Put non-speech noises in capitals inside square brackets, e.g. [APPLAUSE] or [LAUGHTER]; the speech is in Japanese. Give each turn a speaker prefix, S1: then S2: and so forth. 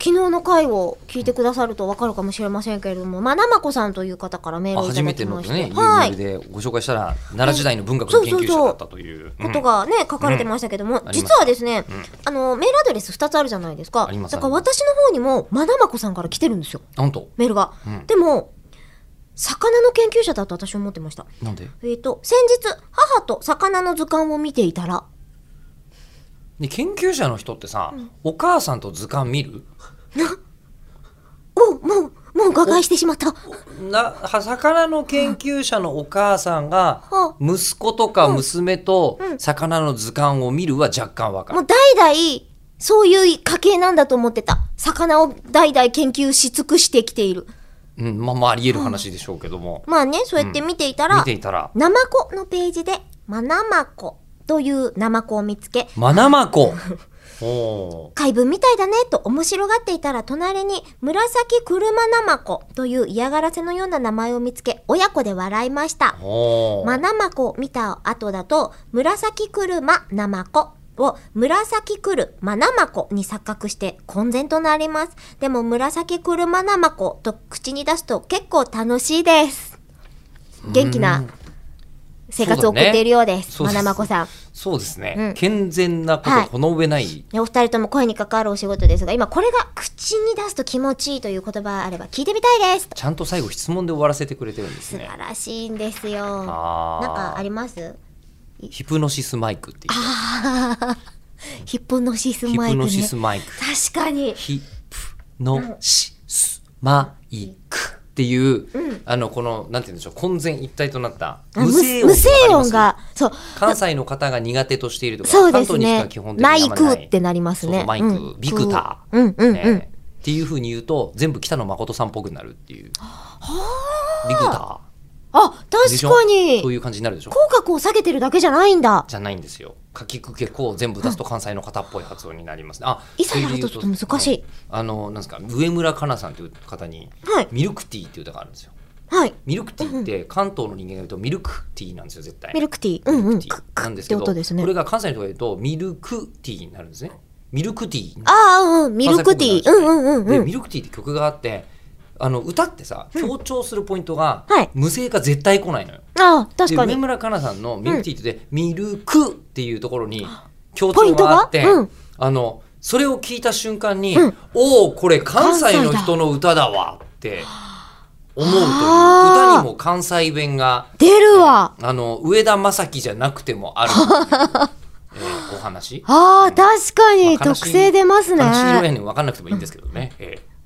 S1: 昨日の回を聞いてくださると分かるかもしれませんけれども、まあ、なまこさんという方からメール
S2: あ
S1: をい
S2: 初
S1: ただ
S2: めて
S1: き
S2: の
S1: まし
S2: ね、
S1: て、
S2: 有
S1: は
S2: 名
S1: い、
S2: でご紹介したら奈良時代の文学の研究者だったといううん
S1: ことがね、書かれてましたけども、
S2: ん
S1: 実はですね、
S2: りま
S1: あのメールアドレス2つあるじゃないですか
S2: あります
S1: だから私の方にもまなまこさんから来てるんですよ
S2: なんと
S1: メールが、
S2: うん
S1: でも魚の研究者だと私は思ってました
S2: なんで
S1: えっ、と先日母と魚の図鑑を見ていたら
S2: で研究者の人ってさ、お母さんと図鑑見る
S1: おもうもう瓦解してしまった
S2: な魚の研究者のお母さんが
S1: は
S2: 息子とか娘と
S1: うん
S2: 魚の図鑑を見るは若干わか
S1: も
S2: る
S1: う代々そういう家系なんだと思ってた魚を代々研究し尽くしてきている
S2: うんまあまあありえる話でしょうけども
S1: まあねそうやって見ていたら、
S2: 見ていたら
S1: ナマコのページでマナマコというナマコを見つけ
S2: マナ
S1: [LAUGHS]
S2: マコおー
S1: 怪文みたいだねと面白がっていたら隣に紫車ナマコという嫌がらせのような名前を見つけ親子で笑いました
S2: おー
S1: マナマコを見た後だと紫車ナマコを紫くるマナマコに錯覚して混然となりますでも紫車ナマコと口に出すと結構楽しいです元気な生活を送っているようです
S2: そうだ
S1: マ
S2: ね
S1: ナマコさん
S2: そうですね、
S1: うん
S2: 健全なこと、
S1: はい
S2: この上ない
S1: ねお二人とも声に関わるお仕事ですが今これが口に出すと気持ちいいという言葉あれば聞いてみたいです
S2: ちゃんと最後質問で終わらせてくれてるんです
S1: 素
S2: ね
S1: 晴らしいんですよなん
S2: あー
S1: かあります
S2: ヒプノシスマイクっていう
S1: ヒプノシス
S2: ヒ
S1: マイ
S2: プ
S1: クね
S2: ノシスマイク
S1: 確かに
S2: ヒプノシスマイクっていう、あのこのなんて言うんでしょう混然一体となった
S1: あ
S2: 無声音
S1: 無声音がそう
S2: 関西の方が苦手としているとか
S1: そうです
S2: 関東にしか
S1: ね
S2: 基本的にあ
S1: マ
S2: ん
S1: イ
S2: まりな
S1: ク
S2: い
S1: ってなります
S2: そう
S1: ね
S2: そうマイク、
S1: うん
S2: ビクター、
S1: うんうんうん、
S2: ねっていうふうに言うと全部北野誠さんっぽくなるっていうビクタ
S1: あ
S2: ーで
S1: 確
S2: しょ
S1: かに
S2: そういう感じになるでしょ
S1: 口角を下げてるだけじゃないんだ
S2: じゃないんですよ。かきくけこを全部出すと関西の方っぽい発音になりますね。あ、
S1: いざやると
S2: そ
S1: ち
S2: れ
S1: ょ
S2: で言う
S1: っと難しい。
S2: あの、なんですか、上村かなさんという方に、
S1: はい
S2: ミルクティーっていう歌があるんですよ。
S1: はい
S2: ミルクティーって関東の人間が言うとミルクティーなんですよ、絶対。
S1: ミルクティーうんうん
S2: ミルク
S1: ク
S2: ティーなん
S1: ク
S2: で
S1: っ
S2: すけ
S1: て
S2: ど、
S1: 音ですね
S2: これが関西の人が言うとミルクティーになるんですね。ミルクティー。
S1: ああうんうんミルクティー
S2: 関
S1: うん
S2: 西っぽく
S1: う
S2: なる
S1: ん
S2: ん
S1: う
S2: ですよね
S1: ん
S2: で
S1: うん
S2: ミルクティーって曲があって、あの歌ってさ、強調するポイントが、
S1: はい
S2: 無声が絶対来ないのよ。
S1: ああ確
S2: で
S1: か
S2: 上
S1: に
S2: 村かなさんのミルクティーって、ミルクっていうところに強
S1: ポイ
S2: 調
S1: ント
S2: が
S1: が
S2: あって、
S1: うん
S2: あのそれを聞いた瞬間に、
S1: うん
S2: おおこれ関西の人の歌だわって思うという歌にも関西弁が
S1: 出るわ
S2: あの上田正樹じゃなくてもあるっていう、
S1: [LAUGHS]
S2: えーお話。
S1: ああ確かに
S2: まあ悲しい
S1: 特性出ますね
S2: あの黄色いね分かんなくてもいいんですけどね。えー